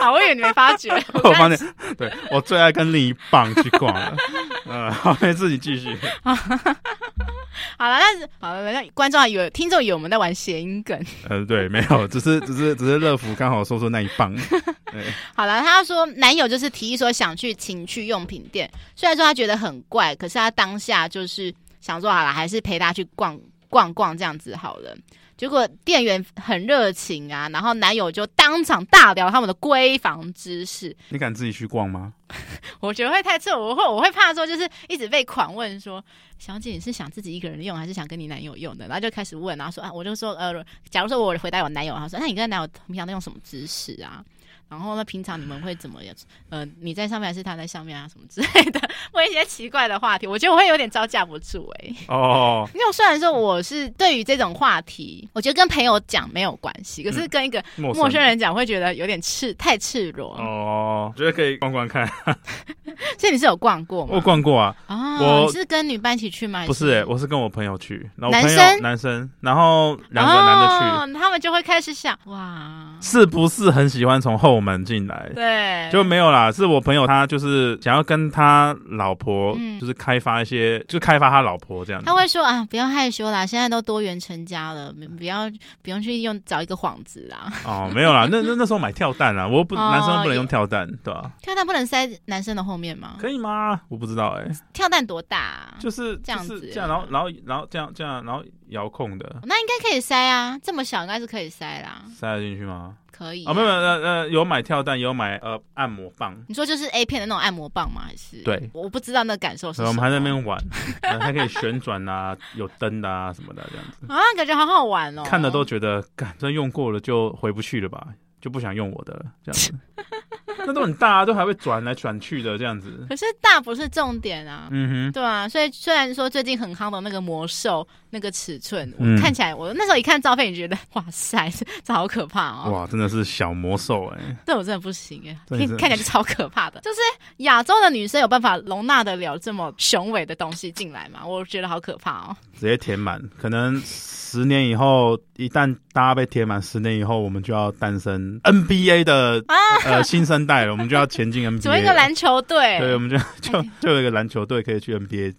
A: 好，我以为你没发觉。
B: 我发现，对我最爱跟另一棒去逛 了。嗯，好，那自己继续。
A: 好了，但是好了，那观众还以为听众以为我们在玩谐音梗。
B: 呃，对，没有，只是只是只是乐福刚好说出那一 棒。
A: 好了，他说男友就是提议说想去情趣用品店，虽然说他觉得很怪，可是他当下就是想说好了，还是陪他去逛逛逛这样子好了。结果店员很热情啊，然后男友就当场大聊他们的闺房知识。
B: 你敢自己去逛吗？
A: 我觉得会太臭，我会我会怕说，就是一直被狂问说，小姐你是想自己一个人用，还是想跟你男友用的？然后就开始问，然后说啊，我就说呃， 假如说我回答我男友，然后说那你跟男友平常都用什么姿 势啊？然后呢，平常你们会怎么样？呃，你在上面还是他在上面啊？什么之类的，问一些奇怪的话题，我觉得我会有点招架不住哎、
B: 哦，
A: 因为虽然说我是对于这种话题，我觉得跟朋友讲没有关系，可是跟一个
B: 陌
A: 陌生人讲会觉得有点赤太赤裸。
B: 哦，觉得可以逛逛看。
A: 所以你是有逛过吗？
B: 我逛过啊，
A: 啊，
B: 我
A: 你是跟女伴一起去吗？还
B: 不是、欸我是跟我朋友去，然后
A: 男
B: 我朋友
A: 生
B: 男生，然后两个男的去，
A: 哦，他们就会开始想，哇，
B: 是不是很喜欢从后门进来？
A: 对，
B: 就没有啦，是我朋友他就是想要跟他老婆
A: 嗯，
B: 就是开发一些，就开发他老婆这样子
A: 他。会说啊，不要害羞啦，现在都多元成家了，不不要不用去用找一个幌子啦。
B: 哦，没有啦，那那那时候买跳蛋啊，我不
A: 哦
B: 男生不能用跳蛋，对吧？
A: 跳蛋不能塞男生的后面吗？
B: 可以吗？我不知道哎，
A: 跳蛋多大、啊？
B: 就是
A: 哦这样子
B: 就是这样，然后然后然后这样这样，然后遥控的
A: 那应该可以塞啊，这么小应该是可以塞啦，
B: 塞得进去吗？
A: 可以、
B: 哦，没有没有，。呃呃，有买跳蛋，有买呃按摩棒，
A: 你说就是 A 片的那种按摩棒吗？还是
B: 对
A: 我不知道那感受是什
B: 所以
A: 么。啊
B: 我们还在那边玩，呃还可以旋转啊， 有灯的啊什么的这样子。
A: 啊，感觉好好玩哦，
B: 看的都觉得，干，真用过了就回不去了吧，就不想用我的了，这样子。 那都很大、啊，都还会转来转去的这样子。
A: 可是大不是重点啊。
B: 嗯
A: 对啊，所以虽然说最近很夯的那个魔兽那个尺寸，我
B: 嗯
A: 看起来我那时候一看照片，也觉得哇塞， 这这好可怕
B: 哼，
A: 哦！
B: 哇，真的是小魔兽哎、
A: 这我真的不行哎，
B: 对
A: 看
B: 真的
A: 看起来就超可怕的。就是亚洲的女生有办法容纳得了这么雄伟的东西进来吗？我觉得好可怕哦。
B: 直接填满。可能十年以后，一旦大家被填满，十年以后我们就要诞生 NBA 的、呃新生代了，我们就要 前进 NBA。
A: 怎啊么一个篮球哎队？
B: 对，我们就就就有一个篮球队可以去 NBA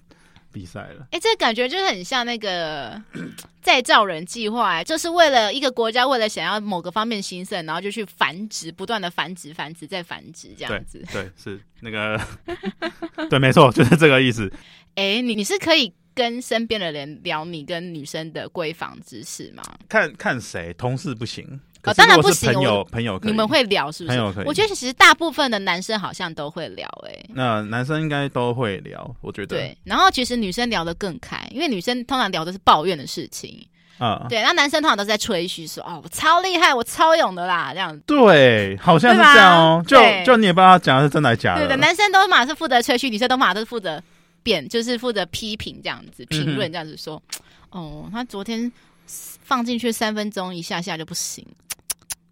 B: 比赛 了。
A: 哎、这感觉就是很像那个 再造人计划、欸，就是为了一个国家，为了想要某个方面兴盛，然后就去繁殖，不断的繁殖、繁殖再繁殖这样子。
B: 对，是那个， 对，没错，就是这个意思。
A: 哎、你你是可以跟身边的人聊你跟女生的闺房知识吗？
B: 看看谁，同事不行。
A: 哦
B: 可是
A: 当然
B: 如果
A: 不
B: 是
A: 行
B: 朋
A: 我
B: 友朋友可以
A: 你们会聊是不
B: 朋
A: 是？
B: 友可以。
A: 我觉得其实大部分的男生好像都会聊、欸，哎。
B: 那男生应该都会聊，我觉得。
A: 对，然后其实女生聊得更开，因为女生通常聊的是抱怨的事情，
B: 啊，
A: 对，那男生通常都是在吹嘘说，哦，我超厉害，我超勇的啦，这样子。
B: 对好像是
A: 对吧
B: 这样哦。就
A: 对
B: 就你也不知道他讲的是真的还是假
A: 对的，
B: 的。
A: 男生都嘛是负责吹嘘，女生都嘛都是负责贬，就是负责批评这样子，
B: 嗯
A: 评论这样子说，哦，他昨天放进去三分钟一下下就不行，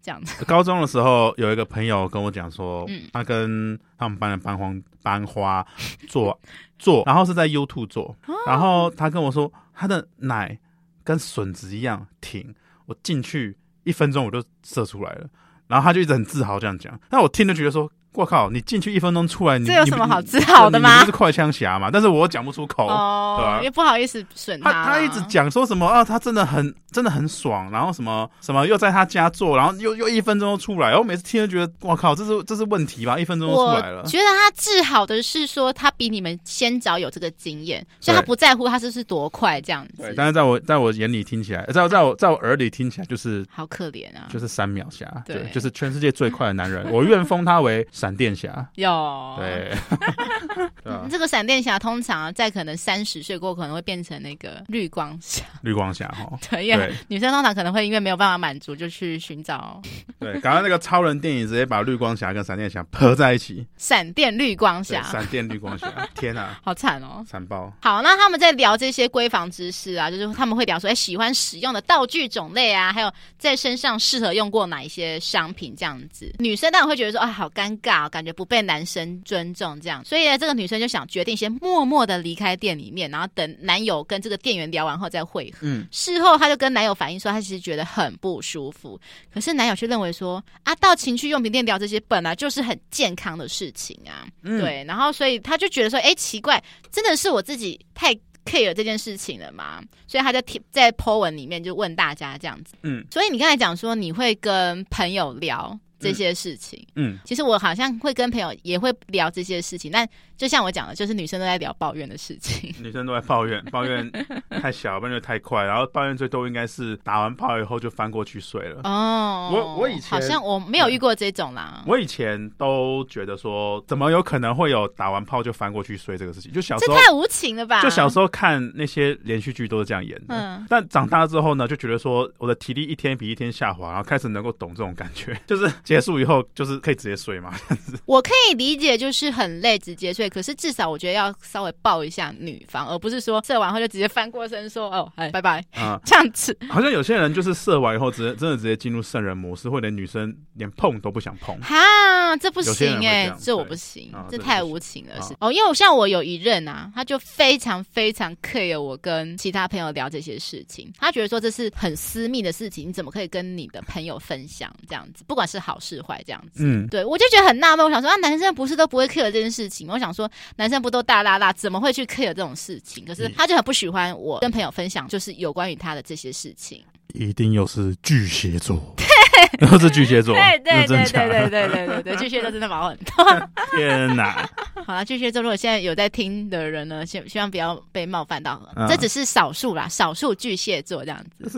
A: 这样子，
B: 高中的时候有一个朋友跟我讲说，
A: 嗯
B: 他跟他们班的班花班花 做做，然后是在 YouTube 做，
A: 哦
B: 然后他跟我说他的奶跟笋子一样挺，我进去一分钟我就射出来了，然后他就一直很自豪这样讲，那我听就觉得说。我靠！你进去一分钟出来，你
A: 这有
B: 你
A: 什
B: 不
A: 么好自豪的
B: 你
A: 吗
B: 你不是快枪侠嘛？但是我讲不出口。对
A: 哦
B: 啊，
A: 因为不好意思损
B: 他
A: 啦
B: 他一直讲说什么啊，他真的很真的很爽，然后什么什么又在他家做，然后又又一分钟就出来，然后每次听就觉得我靠，这是这是问题吧？一分钟就出
A: 我
B: 来了，
A: 觉得他治好的是说，他比你们先早有这个经验，所以他
B: 对
A: 不在乎他是不是多快这样
B: 对
A: 子，，
B: 但是在我在我眼里听起来，呃在我在我在我耳里听起来就是。
A: 好可怜啊！
B: 就是三秒侠，
A: 对
B: 对，就是全世界最快的男人， 我愿封他为闪电侠，
A: 有，
B: 对，对啊，
A: 这个闪电侠通常在可能三十岁过后可能会变成那个绿光侠，
B: 绿光侠哈，
A: 对，因为
B: 对
A: 女生通常可能会因为没有办法满足，就去寻找
B: 对，刚刚那个超人电影直接把绿光侠跟闪电侠合在一起，
A: 闪电绿光
B: 对
A: 侠，
B: 闪电绿光侠，天啊，
A: 好惨哦。
B: 惨爆，
A: 好，那他们在聊这些闺房知识啊，就是他们会聊说，哎，喜欢使用的道具种类啊，还有在身上适合用过哪一些商品这样子。女生当然会觉得说，啊，好尴尬、哦，感觉不被男生尊重这样。所以呢，这个女生就想想决定先默默的离开店里面，然后等男友跟这个店员聊完后再会合。
B: 嗯，
A: 事后她就跟男友反映说，她其实觉得很不舒服，可是男友却认为说，啊，到情趣用品店聊这些本来就是很健康的事情啊，
B: 嗯
A: 对，然后所以她就觉得说，哎，奇怪，真的是我自己太 care 这件事情了吗？所以她就贴在 po 文里面就问大家这样子，
B: 嗯
A: 所以你刚才讲说你会跟朋友聊这些事情。
B: 嗯，
A: 其实我好像会跟朋友也会聊这些事情，但就像我讲的，就是女生都在聊抱怨的事情。
B: 女生都在抱怨，抱怨太小，抱怨太快，然后抱怨最多应该是打完炮以后就翻过去睡了。
A: 哦，
B: 我我以前
A: 好像我没有遇过这种啦。
B: 我以前都觉得说，怎么有可能会有打完炮就翻过去睡这个事情？就小
A: 这
B: 时候
A: 太无情了吧？
B: 就小时候看那些连续剧都是这样演的，
A: 嗯
B: 但长大之后呢，就觉得说我的体力一天比一天下滑，然后开始能够懂这种感觉， 就是结束以后就是可以直接睡嘛。
A: 我可以理解，就是很累直接睡，可是至少我觉得要稍微抱一下女方，而不是说射完后就直接翻过身说哦，哎，拜拜
B: 啊、
A: 这样子。
B: 好像有些人就是射完以后直接真的直接进入圣人模式，或者女生连碰都不想碰。
A: 哈，这不
B: 有些人
A: 行
B: 会
A: 哎、
B: 这样
A: 这我
B: 对
A: 不行，
B: 啊
A: 这
B: 这
A: 太
B: 不行
A: 无情了。
B: 啊
A: 是哦，因为我像我有一任啊，他就非常非常 care 我跟其他朋友聊这些事情，他觉得说这是很私密的事情，你怎么可以跟你的朋友分享这样子？不管是好是坏，这样子。
B: 嗯，
A: 对，我就觉得很纳闷，我想说啊，男生不是都不会 care 这件事情吗？我想说，男生不都大拉拉，怎么会去 care 这种事情？可是
B: 嗯
A: 他就很不喜欢我跟朋友分享，就是有关于他的这些事情。
B: 一定又是巨蟹 座，然后是巨蟹座，
A: 对对
B: 哦那真
A: 对
B: 的假的
A: 对对对对对，巨蟹座真的毛很痛。
B: 天哪！
A: 好了，巨蟹座如果现在有在听的人呢，希希望不要被冒犯到，
B: 嗯
A: 这只是少数啦，少数巨蟹座这样子，
B: 就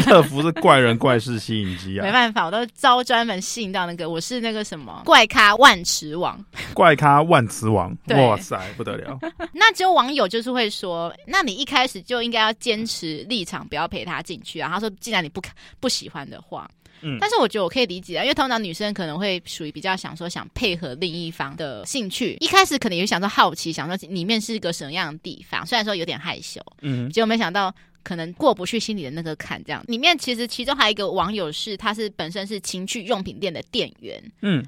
B: 是乐福是怪人怪事吸引 机
A: 没
B: 啊，
A: 办法，我都招专门吸引到那个，我是那个什么怪咖万磁王。
B: 怪咖万磁王，
A: 对
B: 哇塞，不得 了！
A: 那只有网友就是会说，那你一开始就应该要坚持立场，不要陪他进去啊。他说，既然你不不喜欢的话。
B: 嗯
A: 但是我觉得我可以理解啊，因为通常女生可能会属于比较想说想配合另一方的兴趣，一开始可能也想说好奇，想说里面是个什么样的地方，虽然说有点害羞，
B: 嗯
A: 结果没想到可能过不去心里的那个坎，这样。里面其实其中还有一个网友是，他是本身是情趣用品店的店员，
B: 嗯，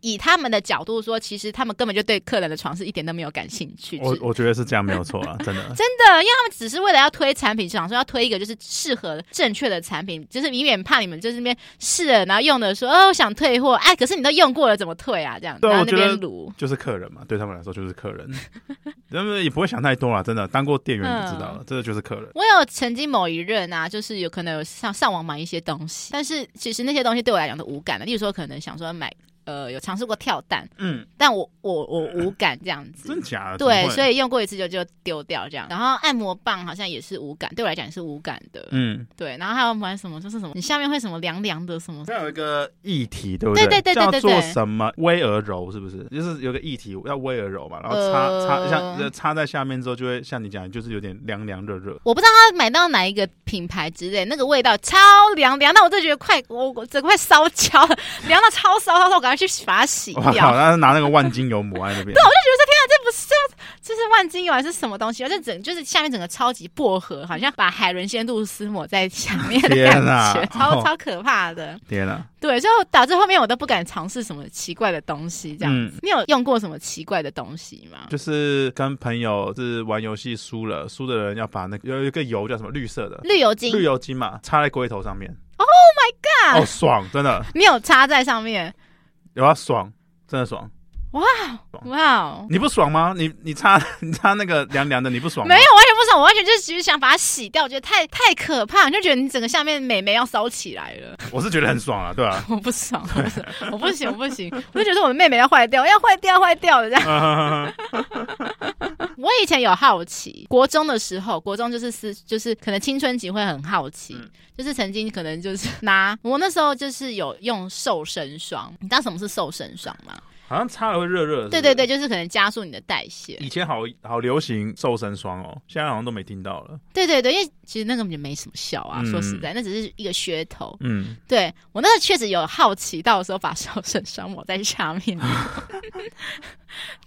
A: 以他们的角度说，其实他们根本就对客人的床是一点都没有感兴趣，
B: 我
A: 只
B: 我觉得是这样没有错啊，真的。
A: 真的，因为他们只是为了要推产品，想说要推一个就是适合正确的产品，就是以免怕你们就是那边试了，然后用的说哦我想退货，哎，可是你都用过了，怎么退啊？这样，
B: 对
A: 然后
B: 我
A: 那
B: 觉
A: 边
B: 得
A: 撸。
B: 就是客人嘛，对他们来说就是客人， 他们也不会想太多啦，真的，当过店员
A: 嗯
B: 就知道了，真的就是客人。
A: 我有曾经某一任啊，就是有可能有上上网买一些东西，但是其实那些东西对我来讲都无感的。例如说，可能想说买呃有尝试过跳蛋，
B: 嗯，
A: 但我我我无感这样子
B: 真。假的？
A: 对，所
B: 以
A: 以用过一次就就丢掉这样。然后按摩棒好像也是无感，对我来讲也是无感的。
B: 嗯，
A: 对，然后还有买什么就是什么，你下面会什么凉凉的什么。
B: 它有一个议题，对不
A: 对对对对
B: 叫
A: 对
B: 做
A: 对
B: 什么微而柔，是不是？就是有个议题叫微而柔嘛，然后擦
A: 呃
B: 擦像擦在下面之后，就会像你讲，就是有点凉凉热热。
A: 我不知道他买到哪一个品牌之类，那个味道超凉凉，那我就觉得快，我我整个快烧焦了，凉到超烧，烧到我赶快去把它洗
B: 哇
A: 掉
B: 靠！。他是拿那个万金油抹在 那边，
A: 这是万金油还是什么东西？而且整就是下面整个超级薄荷，好像把海伦仙露丝抹在下面的感
B: 天哪
A: 觉，超、
B: 哦
A: 超可怕的。
B: 天哪！
A: 对，所以导致后面我都不敢尝试什么奇怪的东西。这样，
B: 嗯，
A: 你有用过什么奇怪的东西吗？
B: 就是跟朋友是玩游戏输了，输的人要把那个有一个油叫什么绿色的，
A: 绿油精
B: 绿油精嘛，插在龟头上面。
A: Oh my
B: 哦、
A: god
B: 爽，真的
A: 你有插在上面？
B: 有啊，爽，真的爽。
A: 哇哦！
B: 你不爽吗？你你插 你插那个凉凉的，你不爽吗？
A: 没有，完全不爽，我完全就是只是想把它洗掉，我觉得太太可怕，你就觉得你整个下面美眉要烧起来了，
B: 我是觉得很爽啊，对吧、
A: 我不 爽，我不爽，我不行，我 不行，我就觉得我的妹妹要坏掉，要坏掉，坏掉的这样。
B: 啊？
A: 我以前有好奇，国中的时候，国中就是是就是可能青春期会很好奇，
B: 嗯
A: 就是曾经可能就是拿我那时候就是有用瘦身霜，你知道什么是瘦身霜吗？
B: 好像插了会热热的。
A: 对
B: 是不
A: 对
B: 是
A: 对，。就是可能加速你的代谢。
B: 以前好好流行瘦身霜哦，现在好像都没听到了。
A: 对对对，因为其实那个也没什么效啊，
B: 嗯
A: 说实在，那只是一个噱头。
B: 嗯，
A: 对我那时候确实有好奇到的时候，把瘦身霜抹在下面。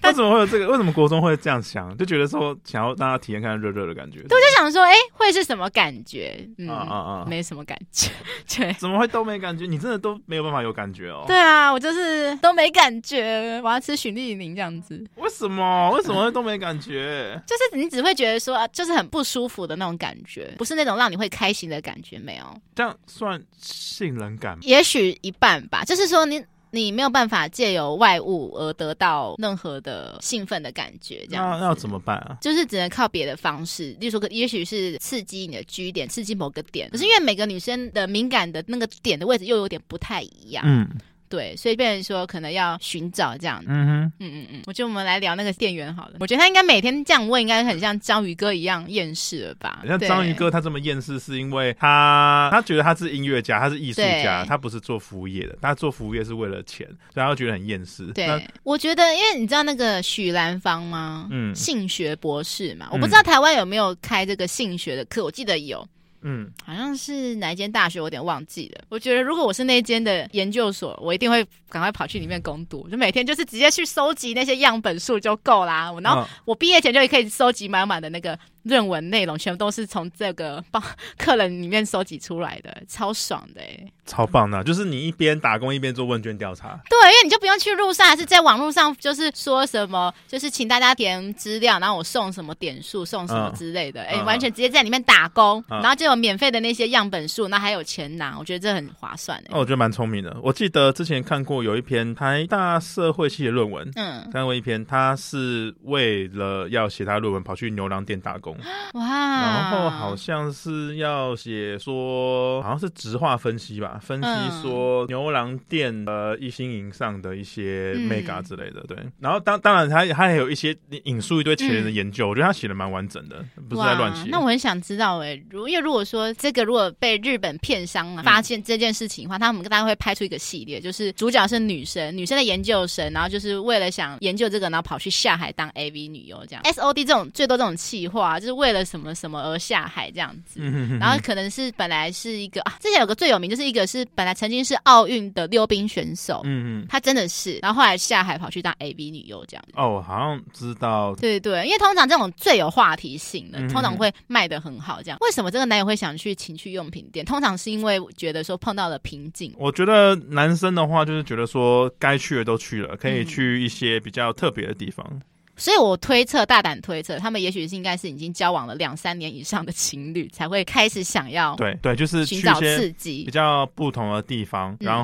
B: 为什么会有这个？为什么国中会这样想？就觉得说想要让他体验看看热热的感觉。
A: 对，我就想说，哎、会是什么感觉？嗯，
B: 啊啊啊
A: 没什么感觉。 对
B: 怎么会都没感觉？你真的都没有办法有感觉哦。
A: 对啊，我就是都没感觉。觉，我要吃许丽玲这样子，
B: 为什么？为什么都没感觉？
A: 就是你只会觉得说，啊就是很不舒服的那种感觉，不是那种让你会开心的感觉，没有。
B: 这样算信任感吗？
A: 也许一半吧，就是说你你没有办法借由外物而得到任何的兴奋的感觉，这样
B: 那
A: 子
B: 那要怎么办啊？
A: 就是只能靠别的方式，例如说，也许是刺激你的 G 点，刺激某个点。可是因为每个女生的敏感的那个点的位置又有点不太一样，
B: 嗯
A: 对，所以变成说可能要寻找这样。
B: 嗯
A: 嗯嗯嗯，我觉得我们来聊那个店员好了。我觉得他应该每天这样问，应该很像章鱼哥一样厌世了吧？
B: 哼，像章鱼
A: 对
B: 哥他这么厌世，是因为他他觉得他是音乐家，他是艺术家，
A: 对
B: 他不是做服务业的，他做服务业是为了钱，所以他会觉得很厌世。那
A: 对，我觉得，因为你知道那个许兰芳吗？
B: 嗯
A: 性学博士嘛，我
B: 嗯
A: 不知道台湾有没有开这个性学的课，我记得有，
B: 嗯，
A: 好像是哪一间大学，我有点忘记了。我觉得如果我是那间的研究所，我一定会赶快跑去里面攻读，就每天就是直接去收集那些样本数就够啦。我然后
B: 嗯
A: 我毕业前就可以收集满满的那个论文内容，全部都是从这个帮客人里面收集出来的，超爽的、欸。
B: 超棒的，啊就是你一边打工一边做问卷调查，
A: 对，因为你就不用去路上，还是在网络上，就是说什么，就是请大家填资料，然后我送什么点数，送什么之类的，哎、
B: 嗯
A: 完全直接在里面打工，
B: 嗯
A: 然后就有免费的那些样本数，那还有钱拿，我觉得这很划算哎、
B: 哦，我觉得蛮聪明的。我记得之前看过有一篇台大社会系的论文，
A: 嗯，
B: 看过一篇，他是为了要写他论文跑去牛郎店打工，
A: 哇，
B: 然后
A: 啊
B: 好像是要写说，好像是直化分析吧，分
A: 嗯
B: 析说牛郎店呃一心营上的一些
A: 嗯
B: mega 之类的，对。然后当当然他他还有一些引述一堆前人的研究，我觉得他写的蛮完整的，不是在乱
A: 哇
B: 写。
A: 嗯那我很想知道哎、如因为如果说这个如果被日本片商啊
B: 嗯
A: 发现这件事情的话，他们大概会拍出一个系列，就是主角是女生，女生的研究生，然后就是为了想研究这个，然后跑去下海当 AV 女优这样。
B: 哎
A: S O D 这种最多这种气话，就是为了什么什么而下海这样子。
B: 嗯哼哼
A: 然后可能是本来是一个啊，之前有个最有名，就是一个是本来曾经是奥运的溜冰选手，
B: 嗯嗯，
A: 他真的是，然后后来下海跑去当 AV 女优这样。
B: 哦，我好像知道，
A: 对对，因为通常这种最有话题性的
B: 嗯，
A: 通常会卖的很好。这样，为什么这个男友会想去情趣用品店？通常是因为觉得说碰到了瓶颈。
B: 我觉得男生的话，就是觉得说该去的都去了，可以
A: 嗯
B: 去一些比较特别的地方。
A: 所以我推测，大胆推测，他们也许是应该是已经交往了两三年以上的情侣，才会开始想要
B: 对对，就是去
A: 哦寻
B: 一
A: 找
B: 些
A: 刺
B: 比
A: 激。
B: 较不同的地方，
A: 嗯
B: 然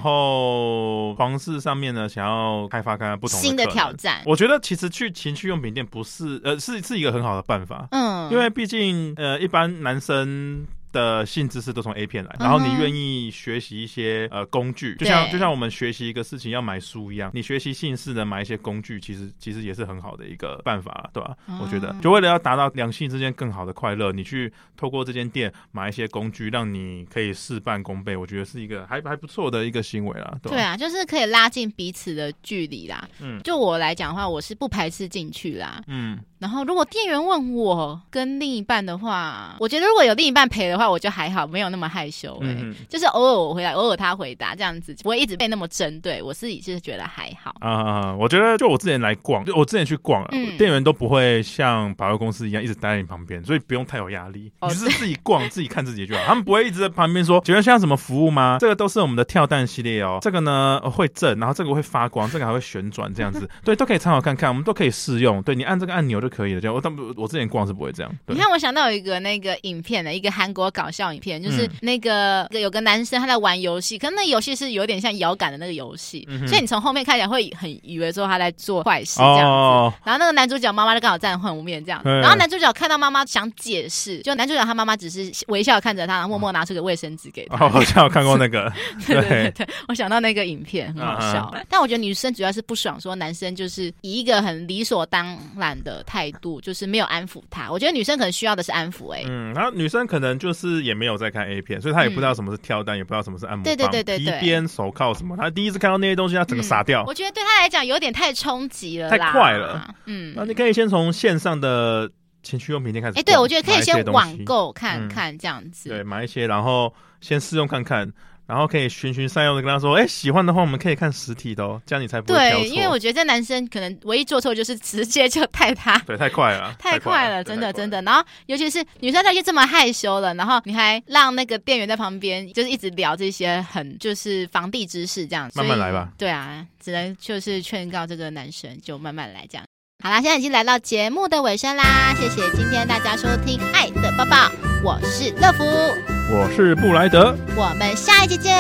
B: 后皇室上面呢，想要开发看看不同
A: 新
B: 的
A: 的
B: 可能
A: 挑。战。
B: 我觉得其实去情趣用品店不是呃是是一个很好的办法，
A: 嗯，
B: 因为毕竟呃一般男生。的性知识都从 A 片来，然后
A: 嗯
B: 你
A: 哼
B: 愿意学习一些呃工具，就像
A: 对
B: 就像我们学习一个事情要买书一样，你学习性事的买一些工具，其实其实也是很好的一个办法，对吧、
A: 嗯
B: 我觉得，就为了要达到两性之间更好的快乐，你去透过这间店买一些工具，让你可以事半功倍，我觉得是一个还还不错的一个行为啦，对吧？
A: 对啊，就是可以拉近彼此的距离啦。
B: 嗯
A: 就我来讲的话，我是不排斥进去啦。
B: 嗯，
A: 然后，如果店员问我跟另一半的话，我觉得如果有另一半陪的话，我就还好，没有那么害羞、欸。
B: 嗯哼
A: 就是偶尔我回来，偶尔他回答这样子，不会一直被那么针对。我自己是觉得还好。
B: 啊、我觉得就我之前来逛，就我之前去逛了，啊
A: 嗯
B: 店员都不会像百货公司一样一直待在你旁边，所以不用太有压力，
A: 哦
B: 你就是自己 逛、自己看自己就好。他们不会一直在旁边说，请问现在有什么服务吗？这个都是我们的跳蛋系列哦，这个呢呃会震，然后这个会发光，这个还会旋转，这 样子，对，都可以参考看看，我们都可以试用，对你按这个按钮就可以了。这样，我但不我之前逛是不会这样，对
A: 你，看，我想到有一个那个影片的一个韩国搞笑影片，就是
B: 嗯
A: 那个、有个男生他在玩游戏，可能那游戏是有点像摇杆的那个游戏，
B: 嗯哼
A: 所以你从后面看起来会很以为说他在做坏事这样子。
B: 哦，
A: 然后那个男主角妈妈就刚好站后面这样，
B: 嗯
A: 然后男主角看到妈妈想解释，就男主角他妈妈只是微笑看着他，然后默默拿出个卫生纸给他。
B: 哦，好像有看过那个，
A: 对对对，我想到那个影片很好笑，
B: 嗯
A: 但我觉得女生主要是不爽，说男生就是以一个很理所当然的态度，就是没有安抚她。我觉得女生可能需要的是安抚、欸，哎、
B: 嗯，然后女生可能就是也没有在看 A 片，所以她也不知道什么是跳蛋，也不知道什么是按摩棒、
A: 嗯对对对对对嗯
B: 皮鞭、手铐什么。她第一次看到那些东西，她整个傻掉。
A: 我觉得对她来讲有点太冲击了啦，
B: 太快了，
A: 嗯
B: 那、。你可以先从线上的情趣用品店开始
A: 哎、
B: 逛。
A: 对，我觉得可
B: 买
A: 以
B: 一些
A: 先
B: 东西
A: 网，购看
B: 嗯
A: 看这样子。
B: 对，买一些，然后先试用看看。然后可以循循善诱的跟他说，哎，喜欢的话我们可以看实体的哦，这样你才不会挑
A: 对，
B: 错
A: 因为我觉得这男生可能唯一做错就是直接就带他
B: 对太快了，
A: 太快了，真的真
B: 的。
A: 的。然后尤其是女生她就这么害羞了，然后你还让那个店员在旁边，就是一直聊这些很就是房地知识这样。
B: 慢
A: 所
B: 慢
A: 以
B: 来吧。
A: 对啊，只能就是劝告这个男生就慢慢来这样。好啦，现在已经来到节目的尾声啦，谢谢今天大家收听《爱的抱抱》，我是乐福，
B: 我是布莱德，
A: 我们下一期见，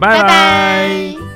B: 拜
A: 拜拜